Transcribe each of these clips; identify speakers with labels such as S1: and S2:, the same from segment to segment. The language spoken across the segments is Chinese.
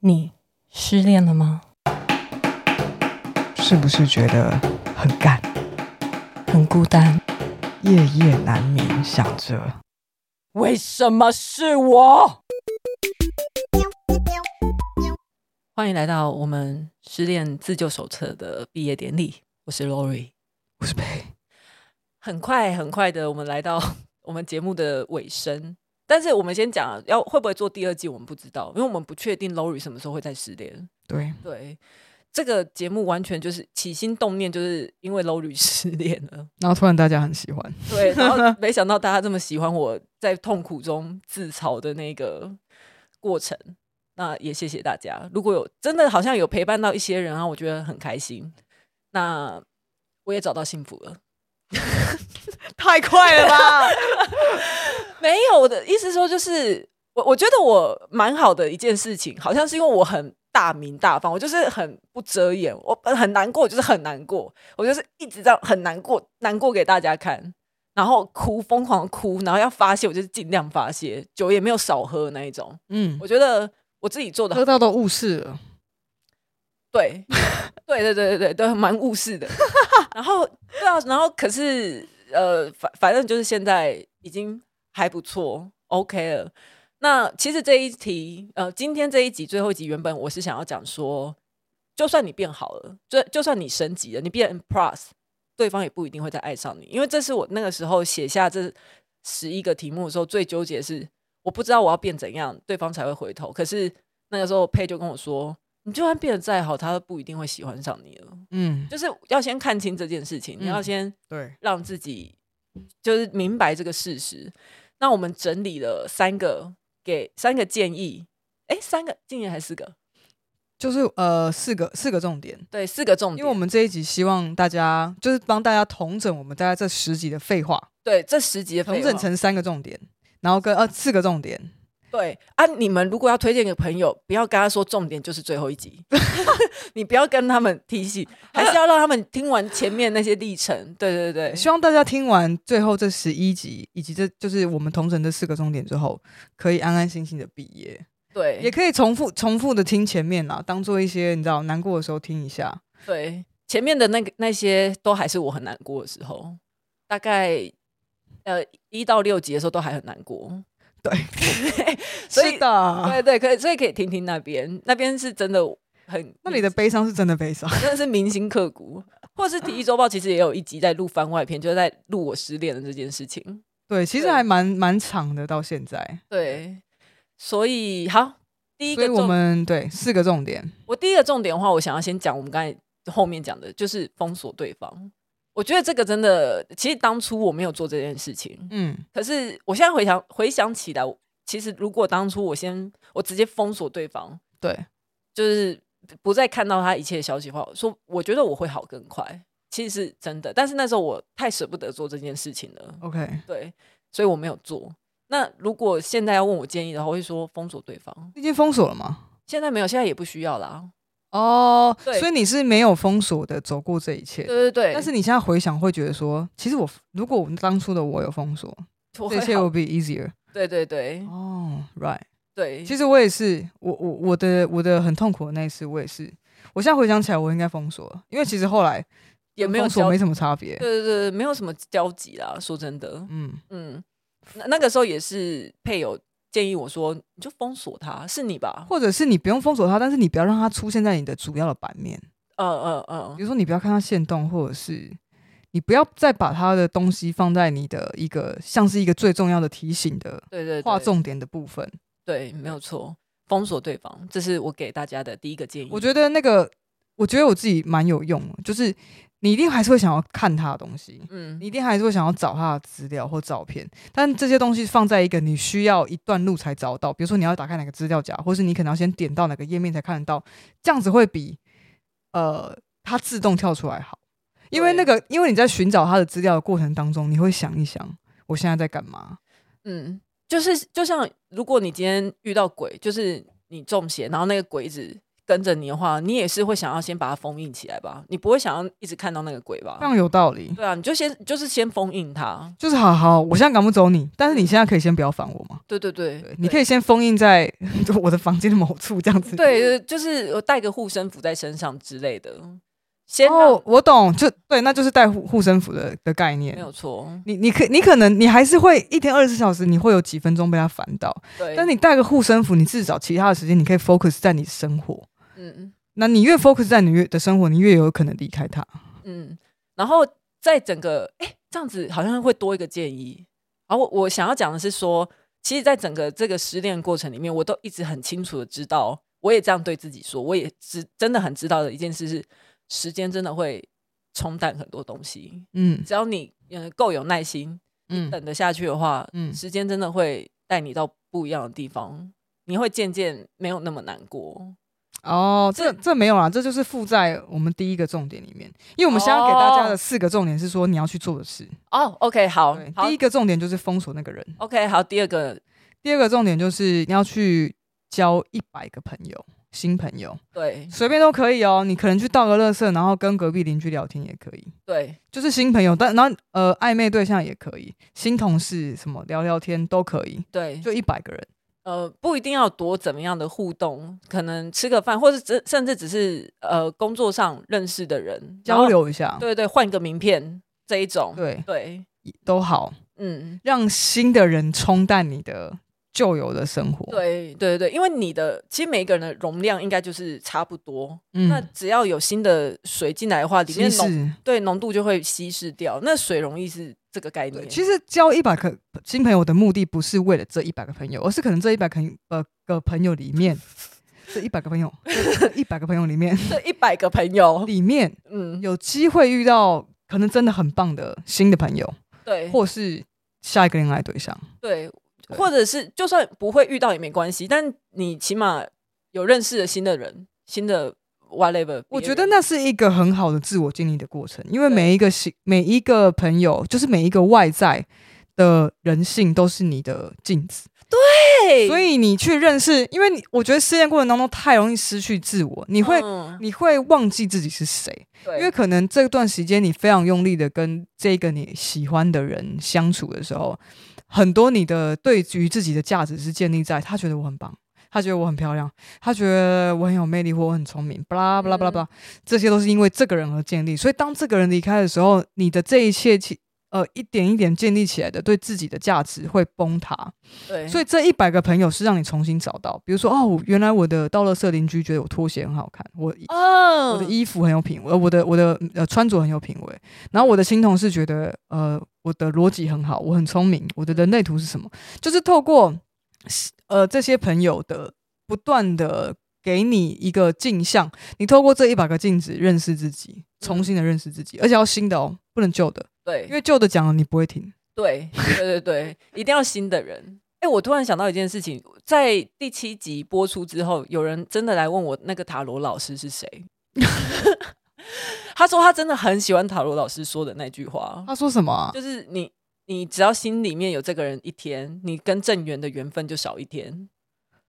S1: 你失恋了吗？
S2: 是不是觉得很干，
S1: 很孤单，
S2: 夜夜难眠，想着
S1: 为什么是我？欢迎来到我们失恋自救手册的毕业典礼，我是 Lori。
S2: 我是呸，
S1: 很快很快的，我们来到 我们节目的尾声。但是我们先讲，啊要会不会做第二季，我们不知道，因为我们不确定 Lori 什么时候会再失恋。
S2: 对，
S1: 对，这个节目完全就是起心动念，就是因为 Lori 失恋了。
S2: 然后突然大家很喜欢，
S1: 对，然 后没想到大家这么喜欢我在痛苦中自嘲的那个过程。那也谢谢大家，如果有真的好像有陪伴到一些人啊，我觉得很开心。那我也找到幸福了。
S2: 太快了啦！
S1: 没有，我的意思说就是，我我觉得我蛮好的一件事情，好像是因为我很大名大方，我就是很不遮掩，我呃很难过，我就是很难过，我就是一直这样很难过，难过给大家看，然后哭，疯狂地哭，然后要发泄，我就是尽量发泄，酒也没有少喝那一种。
S2: 嗯，
S1: 我觉得我自己做的
S2: 喝到都误事了，
S1: 对， 对对对对对，都蛮务实的。然后对啊，然后可是呃，反反正就是现在已经还不错，OK 了。那其实这一题，呃，今天这一集最后一集，原本我是想要讲说，就算你变好了，就就算你升级了，你变 Plus，对方也不一定会再爱上你，因为这是我那个时候写下这十一个题目的时候最纠结的是，我不知道我要变怎样，对方才会回头。可是那个时候佩就跟我说，你就算变得再好，他都不一定会喜欢上你了。
S2: 嗯，
S1: 就是要先看清这件事情，你要
S2: 嗯
S1: 先
S2: 对，
S1: 让自己就是明白这个事实。那我们整理了三个给三个建议，诶，三个建议还是四个？
S2: 就是呃四个四个重点，
S1: 对，四个重点。
S2: 因为我们这一集希望大家就是帮大家统整我们大家这十集的废话，
S1: 对这十集的
S2: 统
S1: 废
S2: 整
S1: 话
S2: 成三个重点，然后跟呃四个重点，
S1: 对啊，你们如果要推荐给朋友，不要跟他说重点就是最后 一集， 你不要跟他们提醒，还是要让他们听完前面那些历程。对对对，
S2: 希望大家听完最后这十一集，以及这就是我们同城这四个重点之后，可以安安心心的毕业，也
S1: 对
S2: 可以重复重复的听前面啦，当做一些你知道难过的时候听一下。
S1: 对，前面的那个那些都还是我很难过的时候，大概呃一到六集的时候都还很难过。
S2: 对，
S1: 所以
S2: 是的，
S1: 对对，可以，所以可以听听那边，那边是真的很
S2: 那你的悲伤是真的悲伤，
S1: 真的是铭心刻骨，或是《体育周报》其实也有一集在录番外篇，就是在录我失恋的这件事情。
S2: 对，其实
S1: 对
S2: 还蛮蛮长的，到现在。
S1: 对，所以好，第一
S2: 所
S1: 个
S2: 以我
S1: 重，我
S2: 们对四个重点，
S1: 第一个重点的话，我想要先讲我们刚才后面讲的，就是封锁对方。我觉得这个真的，其实当初我没有做这件事情，
S2: 嗯，
S1: 可是我现在回想回想起来，其实如果当初我先我直接封锁对方，
S2: 对，
S1: 就是不再看到他一切消息的话，说我觉得我会好更快，其实是真的。但是那时候我太舍不得做这件事情了，
S2: OK，
S1: 对，所以我没有做。那如果现在要问我建议的话，我会说封锁对方。
S2: 已经封锁了吗？
S1: 现在没有，现在也不需要啦。
S2: 哦，
S1: 对
S2: 所以你是没有封锁的走过这一切
S1: 对
S2: 的，
S1: 对对，
S2: 但是你现在回想会觉得说，其实我如果我当初的我有封锁，这
S1: 我会
S2: 一切
S1: 好
S2: will be easier。
S1: 对对对
S2: 哦，right。
S1: 对，
S2: 其实我也是，我我我的我的很痛苦的那一次，我也是。我现在回想起来，我应该封锁了，因为其实后来
S1: 也没有
S2: 封锁
S1: 交
S2: 没
S1: 对
S2: 什么差别。
S1: 对对，没有什么交集啦。说真的，
S2: 嗯，
S1: 嗯，那那个时候也是配偶建议我说，你就封锁他，是你吧？
S2: 或者是你不用封锁他，但是你不要让他出现在你的主要的版面，
S1: 嗯嗯
S2: 比
S1: 嗯，
S2: 如说你不要看他现动，或者是你不要再把他的东西放在你的一个像是一个最重要的提醒的
S1: 对对，对
S2: 划重点的部分。
S1: 对，没有错，封锁对方，这是我给大家的第一个建议。
S2: 我
S1: 得
S2: 觉得那个，我觉得我自己蛮有用的，就是你一定还是会想要看他的东西，
S1: 嗯
S2: 你一定还是会想要找他的资料或照片，但这些东西放在一个你需要一段路才找到，比如说你要打开哪个资料夹，或是你可能要先点到哪个页面才看得到，这样子会比呃它自动跳出来好，因为那个因为你在寻找他的资料的过程当中，你会想一想我现在在干嘛，
S1: 嗯，就是就像如果你今天遇到鬼，就是你中邪，然后那个鬼一直跟着你的话，你也是会想要先把它封印起来吧？你不会想要一直看到那个鬼吧
S2: 这？样有道理。
S1: 对啊，你就先就是先封印它。
S2: 就是好好，我现在赶不走你，但是你现在可以先不要烦我嘛。
S1: 对对对，
S2: 对，你可以先封印在我的房间的某处，这样子。
S1: 对，对就是我带个护身符在身上之类的，先让、
S2: 哦，我懂，就对，那就是带护护身符的的概
S1: 没
S2: 念。
S1: 有错。
S2: 你你可你可能你还是会一天二十四小时，你会有几分钟被他烦到，
S1: 对，
S2: 但你带个护身符，你至少其他的时间你可以 focus 在你生活。
S1: 嗯
S2: 那你越 focus 在你越的生活，你越有可能离开他。
S1: 嗯，然后在整个哎、这样子好像会多一个建议。然后我我想要讲的是说，其实，在整个这个失恋过程里面，我都一直很清楚的知道，我也这样对自己说，我也知真的很知道的一件事是，时间真的会冲淡很多东西。
S2: 嗯
S1: 只要你嗯够有耐心，
S2: 嗯
S1: 等得下去的话，
S2: 嗯
S1: 时间真的会带你到不一样的地方，你会渐渐没有那么难过。
S2: 哦，这
S1: 这
S2: 这没有啦，这就是附在我们第一个重点里面，因为我们现在要给大家的
S1: 哦
S2: 四个重点是说你要去做的事。
S1: 哦、o k 好
S2: 对，，
S1: 好
S2: 第一个重点就是封锁那个人，
S1: ，OK，好，第二个，
S2: 第二个重点就是你要去交一百个朋友，新朋友，
S1: 对
S2: 随便都可以哦。你可能去倒个垃圾，然后跟隔壁邻居聊天也可以，
S1: 对
S2: 就是新朋友，但然后呃暧昧对象也可以，新同事什么聊聊天都可以，
S1: 对，
S2: 就一百个人。
S1: 呃，不一定要多怎么样的互动，可能吃个饭，或是甚甚至只是呃工作上认识的人
S2: 交，流一下
S1: 然后，对对，换个名片这一种，
S2: 对，
S1: 对，
S2: 都好，
S1: 嗯。
S2: 让新的人冲淡你的旧有的生活。，
S1: 对对对，因为你的其实每个人的容量应该就是差不多，那
S2: 嗯，
S1: 只要有新的水进来的话，里
S2: 其
S1: 面浓
S2: 实
S1: 对浓度就会稀释掉。那水容易是这个概
S2: 对，
S1: 念，
S2: 其实交一百个新朋友的目的不是为了这一百个朋友，而是可能这一百朋呃个朋友里 面，这一百个朋友，一百个朋友里面
S1: 这一百个朋友，
S2: 里面
S1: 嗯，
S2: 有机会遇到可能真的很棒的新的朋友，
S1: 对
S2: 或是下一个恋爱对象。
S1: 对，
S2: 对
S1: 或者是就算不会遇到也没关系，但你起码有认识了新的人，新的 whatever。
S2: 我觉得那是一个很好的自我建立的过程，因为每一个新每一个朋友，就是每一个外在的人性都是你的镜子。
S1: 对，
S2: 所
S1: 以
S2: 以你去认识，因为你我觉得失恋过程当中太容易失去自我，你
S1: 你
S2: 会、
S1: 嗯、
S2: 你会忘记自己是谁，
S1: 对
S2: 因为可能这段时间你非常用力的跟这个你喜欢的人相处的时候，很多你的对于自己的价值是建立在他觉得我很棒。他觉得我很漂亮，他觉得我很有魅力或我很聪明，巴拉巴拉巴拉巴拉，
S1: 嗯
S2: 这些都是因为这个人而建立。所以当这个人离开的时候，你的这一切起呃一点一点建立起来的对自己的价值会崩塌。
S1: 对，
S2: 所
S1: 以
S2: 以这一百个朋友是让你重新找到，比如说哦，原来我的道乐社邻居觉得我拖鞋很好看，我、
S1: 嗯，
S2: 我的衣服很有品味，呃我的我的呃穿着很有品味，然后我的新同事觉得呃我的逻辑很好，我很聪明，我的人类图是什么？就是透过呃这些朋友的不断的给你一个镜像，你透过这一百个镜子认识自己，重新的认识自己，而且要新的哦，不能旧的，
S1: 对，
S2: 因为旧的讲了你不会听。
S1: 对对对对，一定要新的人。哎、我突然想到一件事情，在第七集播出之后，有人真的来问我那个塔罗老师是谁。 他说他真的很喜欢塔罗老师说的那句话，
S2: 他说什么、啊？
S1: 哦就是你你只要心里面有这个人一天，你跟正缘的缘分就少一天。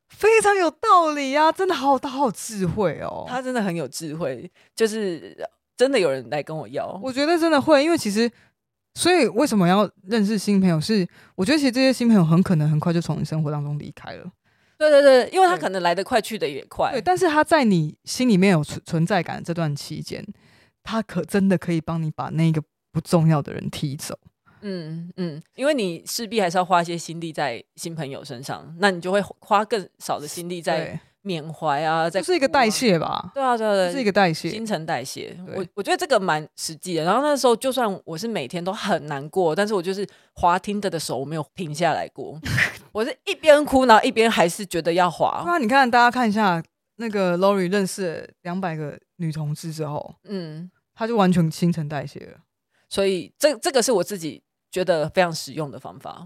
S2: 非常有道理啊！真的好，他好有智慧哦。
S1: 他真的很有智慧，就是真的有人来跟我要。
S2: 我觉得真的会，因为其实，所以为什么要认识新朋友是？我觉得其实这些新朋友很可能很快就从你生活当中离开了。
S1: 对对对，因为他
S2: 对
S1: 可能来得快去得也快。
S2: 对，但是他在你心里面有存存在感的这段期间，他可真的可以帮你把那个不重要的人踢走。
S1: 嗯嗯，因为你势必还是要花一些心力在新朋友身上，那你就会花更少的心力在
S2: 对，
S1: 缅怀啊，在
S2: 这是一个
S1: 哭啊
S2: 代。谢吧，
S1: 对啊，对啊，对
S2: 这
S1: 啊
S2: 是一个代谢
S1: 新。陈代谢。我
S2: 对
S1: 我觉得这个蛮实际的。然后那时候，就算我是每天都很难过，但是我就是滑听的的手，我没有停下来 过。我是一边哭，然后一边还是觉得要
S2: 不
S1: 滑。
S2: 然你看，大家看一下那个 Lori 认识两百个女同志之后，
S1: 嗯，
S2: 他就完全新陈代谢了。
S1: 所以这这个是我自己觉得非常实用的方法，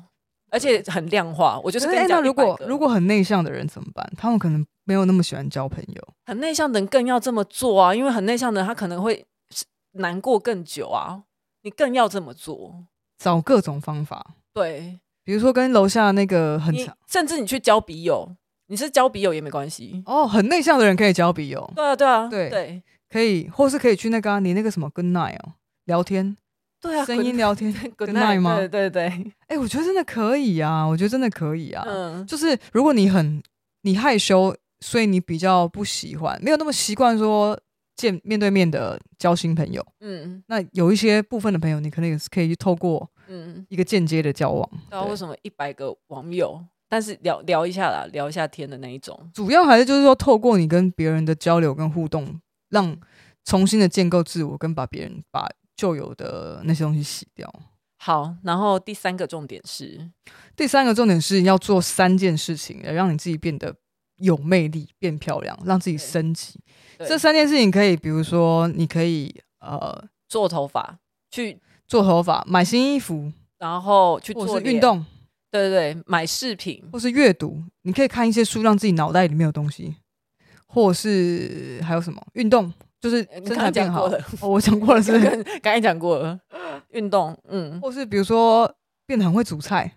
S1: 而且很量化。我就是
S2: 可
S1: 跟
S2: 哎
S1: 你讲
S2: 那
S1: 100个，
S2: 如果如果很内向的人怎么办？他们可能没有那么喜欢交朋友。
S1: 很内向的人更要这么做啊，因为很内向的人他可能会是难过更久啊，你更要这么做。
S2: 找各种方法，
S1: 对，
S2: 比如说跟楼下那个很
S1: 你
S2: 长，
S1: 甚至你去交笔友，你是交笔友也没关系。
S2: 哦，很内向的人可以交笔友，
S1: 对啊，对啊，
S2: 对
S1: 对
S2: 可以，或是可以去那个、啊、你那个什么 Good Night 哦，聊天，
S1: 对啊，
S2: 声音聊天
S1: good
S2: Good Night 吗
S1: 对？对对，
S2: 哎、我觉得真的可以啊，我觉得真的可以啊。
S1: 嗯，
S2: 就是如果你很你害羞，所以你比较不喜欢，没有那么习惯说见面对面的交新朋友。
S1: 嗯
S2: 那有一些部分的朋友，你可能也是可以去透过
S1: 嗯，
S2: 一个间接的交往。
S1: 对啊，为
S2: 么？
S1: 什么一百个网友，但是聊聊一下啦，聊一下天的那一种，
S2: 主要还是就是说，透过你跟别人的交流跟互动，让重新的建构自我，跟把别人把旧有的那些东西洗掉。
S1: 好，然后第三个重点是，
S2: 第三个重点是要做三件事情，来让你自己变得有魅力、变漂亮，让自己
S1: 对
S2: 升级。
S1: 对
S2: 这三件事情可以，比如说，你可以呃
S1: 做头发，去
S2: 做头发、买新衣服，
S1: 然后去
S2: 或
S1: 做
S2: 是运
S1: 脸，
S2: 动，
S1: 对对对，买饰品，
S2: 或是阅读。你可以看一些书，让自己脑袋里面有东西，或是还有什么运动，就是
S1: 呃你
S2: 身
S1: 刚
S2: 材
S1: 刚讲
S2: 变好。
S1: 过了
S2: 哦，我讲过了是不是，
S1: 跟 刚才讲过了，运动，嗯，
S2: 或是比如说变得很会煮菜，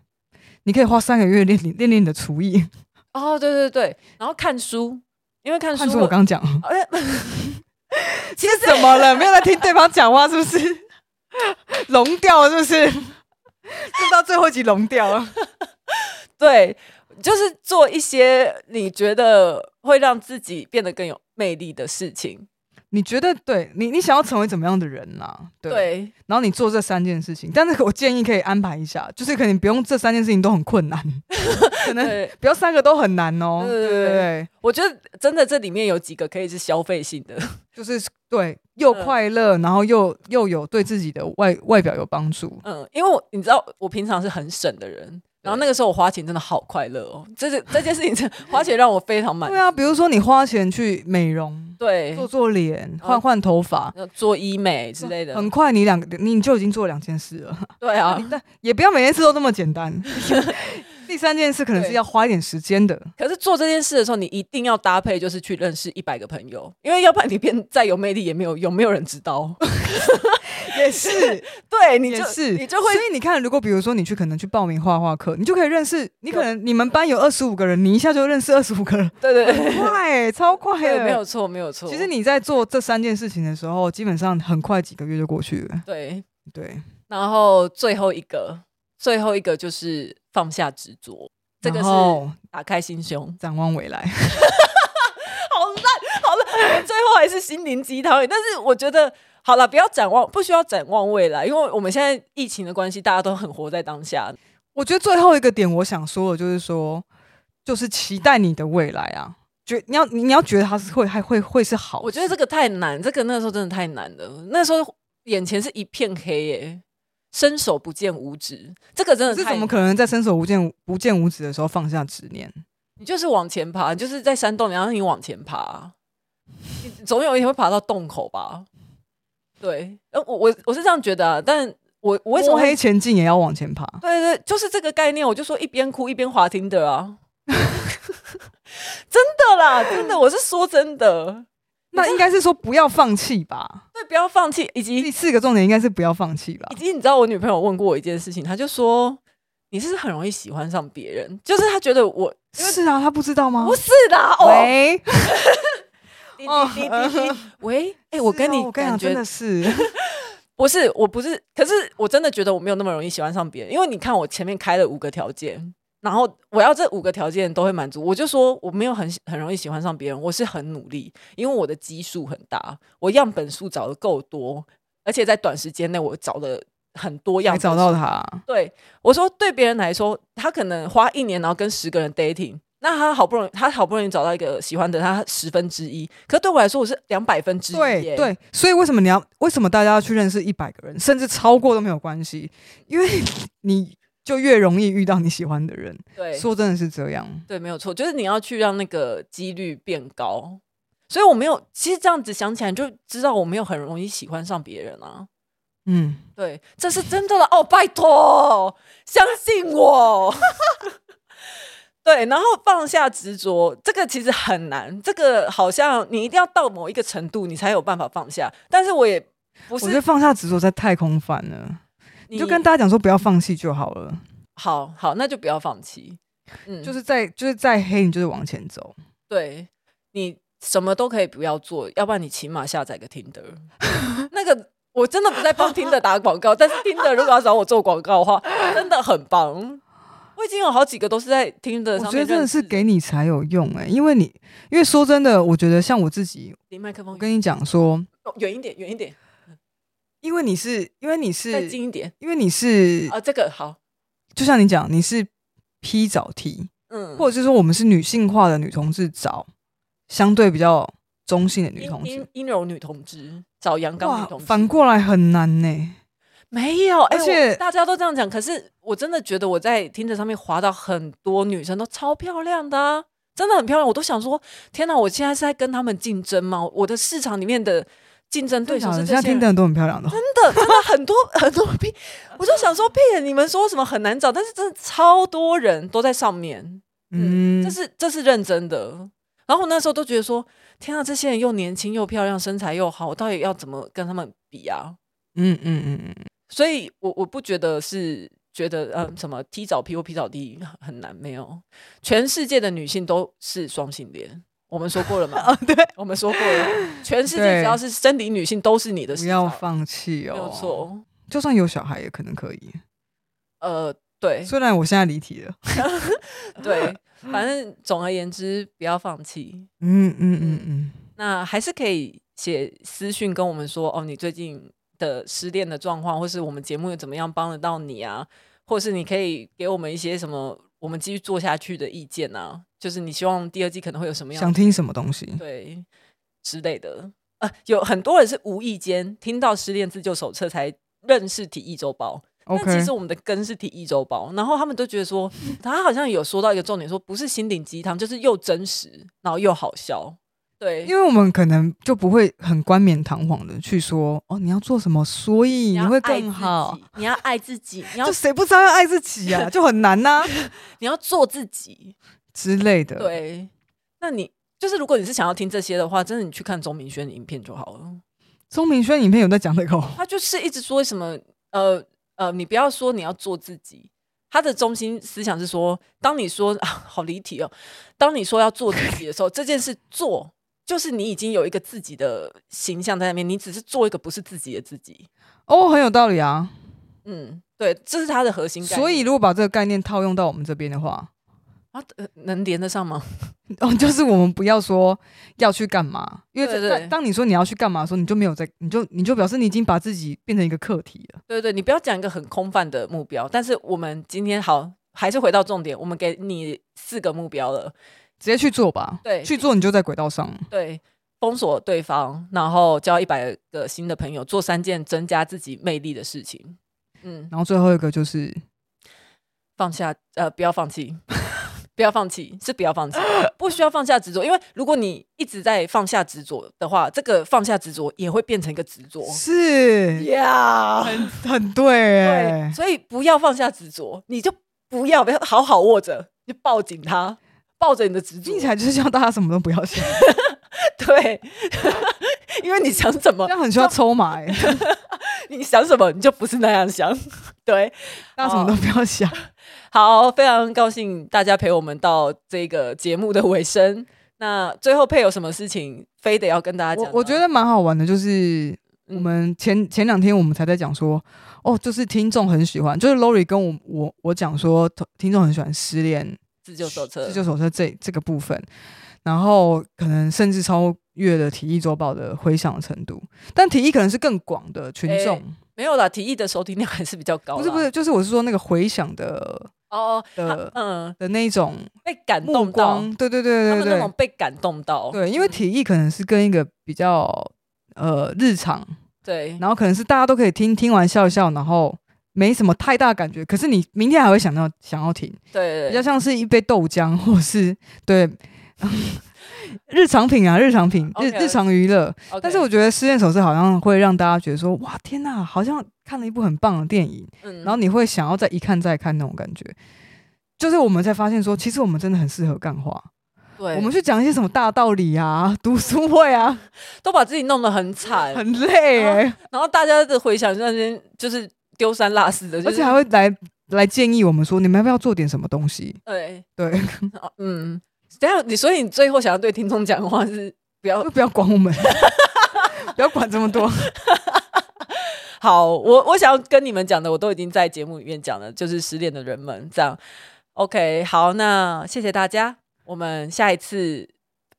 S2: 你可以花三个月练你练练你的厨艺。
S1: 哦，对对对，然后看书，因为看书
S2: 看出我刚讲。
S1: 哎，
S2: 其实怎么了？没有在听对方讲话，是不是？聋掉了是不是？录到最后一集聋掉了。
S1: 对，就是做一些你觉得会让自己变得更有魅力的事情。
S2: 你觉得对你，你想要成为怎么样的人啦、对，
S1: 对，
S2: 然后你做这三件事情，但是我建议可以安排一下，就是可能不用这三件事情都很困 难，可能
S1: 对，
S2: 不要三个都很难哦。
S1: 对对对
S2: 对
S1: 对我觉得真的这里面有几个可以是消费性 的，
S2: 就是对，又
S1: 嗯
S2: 快乐，然后又又有对自己的外外表有帮助。
S1: 嗯，因为我你知道我平常是很省的人。然后那个时候我花钱真的好快乐哦，这是这件事情真的花钱让我非常满
S2: 对啊，比如说你花钱去美容、
S1: 对，啊
S2: 做做脸、换换头发，
S1: 呃做医美哦之类的，
S2: 很快你两个你就已经做了两件事了，
S1: 对啊。
S2: 但也不要每件事都那么简 单。第三件事可能是
S1: 对
S2: 要花一点时间的，
S1: 可是做这件事的时候，你一定要搭配，就是去认识一百个朋友，因为要不然你变再有魅力也没有，有没有人知道？
S2: 也是
S1: 对，你
S2: 也，
S1: 就是你就会
S2: 所以你看，如果比如说你去可能去报名画画课，你就可以认识，你可能你们班有二十五个人，你一下就认识二十五 个人，
S1: 对对对，
S2: 快欸、超快
S1: 对，
S2: 的。
S1: 没有错，没有错。
S2: 其实你在做这三件事情的时候，基本上很快几个月就过去了。
S1: 对，
S2: 对，
S1: 然后最后一个，最后一个就是放下执着，这个
S2: 然
S1: 是
S2: 后
S1: 打开心胸。
S2: 展望未来。
S1: 好烂，好烂，我们 最后还是心灵鸡汤。但是我觉得，好了，不要展望，不需要展望未来，因为我们现在疫情的关系，大家都很活在当下。
S2: 我觉得最后一个点我想说的就是说，就是期待你的未来啊，觉你要你要觉得它是会还会会是好事，
S1: 我觉得这个太难，这个那时候真的太难了。那时候眼前是一片黑耶、伸手不见五指，这个真的
S2: 可是
S1: 太
S2: 怎么可能在伸手不见不见五指的时候放下执念？
S1: 你就是往前爬，你就是在山洞里，然后你往前爬，你总有一天会爬到洞口吧？对，呃，我我我是这样觉得、啊，但我我为什么
S2: 摸黑
S1: 会？
S2: 前进也要往前爬？
S1: 对对，就是这个概念，我就说一边哭一边滑听的啊， 真的啦，真的，我是说真的，
S2: 那应该是说不要放弃吧。
S1: 对，不要放弃，以及
S2: 第四个重点应该是不要放弃吧
S1: 以。及你知道，我女朋友问过我一件事情，她就说你是不是很容易喜欢上别人，就是她觉得我
S2: 是啊，他不知道吗
S1: 不？是啦，哦，
S2: 喂，
S1: 滴
S2: 哦
S1: 滴滴滴滴喂， 哎、我跟
S2: 是
S1: 你
S2: 啊我跟你
S1: 感
S2: 讲，
S1: 觉
S2: 真的是
S1: 不是，我不是，可是我真的觉得我没有那么容易喜欢上别人，因为你看我前面开了五个条件，然后我要这五个条件都会满足，我就说我没有很喜很容易喜欢上别人，我是很努力，因为我的基数很大，我样本数找的够多，而且在短时间内我找了很多样
S2: 没
S1: 本
S2: 找
S1: 数
S2: 到他，啊
S1: 对我说，对别人来说，他可能花一年，然后跟十个人 dating，那他好不容易，他好不容易找到一个喜欢的，他十分之一，可对我来说，我是两百分之一耶，
S2: 对对，所以为什么你要为什么大家要去认识一百个人，甚至超过都没有关系，因为 你就越容易遇到你喜欢的人。
S1: 对
S2: 说真的是这样，
S1: 对，没有错，就是你要去让那个几率变高。所以我没有，其实这样子想起来，你就知道我没有很容易喜欢上别人啊。
S2: 嗯，
S1: 对，这是真的了哦，拜托，相信我。 对，然后放下执着，这个其实很难，这个好像你一定要到某一个程度，你才有办法放下。但是我也不
S2: 我
S1: 是
S2: 觉得放下执着在太空泛了，
S1: 你
S2: 你就跟大家讲说不要放弃就好了。
S1: 好好，那就不要放弃。嗯，
S2: 就是在就是再黑，你就是往前走。
S1: 对你什么都可以不要做，要不然你起码下载个 Tinder。
S2: 嗯
S1: 那 个我真的不在帮 Tinder 打广告，但是 Tinder 如果要找我做广告的话，真的很棒。我已经有好几个都是在 Tinder
S2: 我
S1: 上面
S2: 觉得真的
S1: 认识
S2: 是给你才有用哎、因为你因为说真的，我觉得像我自己，
S1: 离麦克风
S2: 我跟你讲说，
S1: 哦远一点，远一点，
S2: 因为你是因为你
S1: 再
S2: 是
S1: 近一点
S2: 因为你是
S1: 啊，这个好，
S2: 就像你讲，你是 P 早 T，
S1: 嗯，
S2: 或者是说我们是女性化的女同志找相对比较中性的女
S1: 阴
S2: 同志
S1: 阴，阴柔女同志找阳刚女
S2: 哇
S1: 同，志，
S2: 反过来很难呢、
S1: 没有，哎
S2: 而
S1: 我
S2: 且
S1: 大家都这样讲，可是我真的觉得我在听着上面滑到很多女生都超漂亮的啊、真的很漂亮，我都想说，天哪，我现在是在跟他们竞争吗？我的市场里面的竞争对手是
S2: 现
S1: 这
S2: 在
S1: 些
S2: 听
S1: 人
S2: 的人都很漂亮的，哦
S1: 真的真的很多 很多屁，我就想说屁，你们说什么很难找，但是真的超多人都在上面，嗯，
S2: 嗯
S1: 这，是这是认真的。然后我那时候都觉得说，天啊，这些人又年轻又漂亮，身材又好，我到底要怎么跟他们比啊？
S2: 嗯嗯嗯嗯，
S1: 所以我我不觉得是觉得呃什么踢早 P 或 P 早 D 很难，没有，全世界的女性都是双性恋。我们说过了嘛？对，我们说 过了，全世界
S2: 哦对
S1: 只要是生理女性都是你的
S2: 不
S1: 市
S2: 要
S1: 场，
S2: 放弃哦，
S1: 没有，错。
S2: 就算有小孩也可能可以。
S1: 呃，对
S2: 虽然我现在离题了，
S1: 对，反正总而言之，不要放弃。
S2: 嗯嗯嗯嗯，
S1: 那还是可以写私讯跟我们说哦，你最近的失恋的状况，或是我们节目有怎么样帮得到你啊，或是你可以给我们一些什么，我们继续做下去的意见啊，就是你希望第二季可能会有什么样
S2: 想
S1: 的
S2: 听什么东西？
S1: 对之类的。呃，有很多人是无意间听到《失恋自救手册》才认识《体育周报》。但
S2: OK，
S1: 其实我们的根是体一周包，然后他们都觉得说，他好像有说到一个重点，说不是心灵鸡汤，就是又真实，然后又好笑。对，
S2: 因为我们可能就不会很冠冕堂皇的去说哦，你要做什么，所以你
S1: 要
S2: 会更
S1: 爱自
S2: 好
S1: 己。，你要爱自己，你 要
S2: 就谁不知道要爱自己啊， 就很难呐、
S1: 你要做自己。
S2: 之类的。，
S1: 对，那你就是如果你是想要听这些的话，真的你去看钟明轩的影片就好了。
S2: 钟明轩影片有在讲这个哦，
S1: 他就是一直说什么呃呃，你不要说你要做自己。他的中心思想是说，当你说 啊，好离题哦，当你说要做自己的时候，这件事做就是你已经有一个自己的形象在那边，你只是做一个不是自己的自己。
S2: 哦，很有道理啊。
S1: 嗯，对，这是他的核心概念。
S2: 所以如果把这个概念套用到我们这边的话，
S1: 啊、呃能连得上吗？
S2: 哦，就是我们不要说要去干嘛，因为
S1: 对
S2: 这
S1: 对
S2: 当当你说你要去干嘛的时候，你就没有在，你就你就表示你已经把自己变成一个课题了。
S1: 对对，你不要讲一个很空泛的目标，但是我们今天好还是回到重点，我们给你四个目标了。
S2: 直接去做吧，
S1: 对
S2: 去做你就在轨道上了。
S1: 对，封锁对方，然后交一百个新的朋友，做三件增加自己魅力的事情。嗯，
S2: 然后最后一个就是
S1: 放下，呃，不要放弃，不要放弃，是不要放弃，不需要放下执着，因为如果你一直在放下执着的话，这个放下执着也会变成一个执着。
S2: 是
S1: Yeah，
S2: 很很对
S1: 对，
S2: 哎，
S1: 所以不要放下执着，你就不要，不要好好握着，你就抱紧它，抱着你的执着
S2: 听。起来就是叫大家什么都不要想，
S1: 对， 因为你想怎么
S2: 这，样很需要抽码 哎，
S1: 你想什么，你就不是那样想。 对，
S2: 大家什么都不要想。
S1: 好，非常高兴大家陪我们到这个节目的尾声。那最后配有什么事情，非得要跟大家讲
S2: 我
S1: 呢？
S2: 我觉得蛮好玩的，就是
S1: 嗯
S2: 我们前、前两天我们才在讲说，哦，就是听众很喜欢，就是 Lori 跟我我我讲说，听听众很喜欢失恋
S1: 自救手册
S2: 自，救手册这这个部分，然后可能甚至超越了体育周报的回响的程度，但体育可能是更广的群
S1: 诶
S2: 众，
S1: 没有啦，提议的收听量还是比较高啦。
S2: 不是不是，就是我是说那个回响的
S1: 哦，哦
S2: 的
S1: 嗯，
S2: 的那一种
S1: 被感
S2: 目
S1: 动到，
S2: 光，对对对
S1: 他
S2: 对
S1: 们
S2: 对
S1: 那
S2: 对
S1: 种，被感动到，
S2: 对，因为
S1: 嗯
S2: 体育可能是跟一个比较呃日常。
S1: 对
S2: 然后可能是大家都可以听，听完笑一笑，然后没什么太大感觉，可是你明天还会想到想要听，
S1: 对
S2: 比较像是一杯豆浆，或是对 日常品啊，日常品，日
S1: OK，OK
S2: 日常娱乐。
S1: OK
S2: 但是我觉得《失恋手册》好像会让大家觉得说，哇，天呐，好像看了一部很棒的电影，
S1: 嗯
S2: 然后你会想要再一看再看那种感觉。就是我们才发现说，其实我们真的很适合干话，
S1: 对，
S2: 我们去讲一些什么大道理啊、读书会啊，
S1: 都把自己弄得很惨，
S2: 很累、欸。
S1: 然后大家的回想瞬间就是丢三落四的，就
S2: 而
S1: 是
S2: 且还会来来建议我们说，你们要不要做点什么东西？
S1: 对，
S2: 对，
S1: 嗯，等一下你所以你最后想要对听众讲的话是不要
S2: 不要管我们， 不要管这么多。
S1: 好，我我想要跟你们讲的，我都已经在节目里面讲了，就是失恋的人们这样。OK，好，那谢谢大家，我们下一次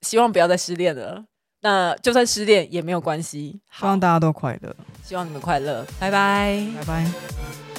S1: 希望不要再失恋了。那就算失恋也没有关系，
S2: 希
S1: 好
S2: 望，大家都快乐，
S1: 希望你们快乐，拜拜。
S2: 拜拜。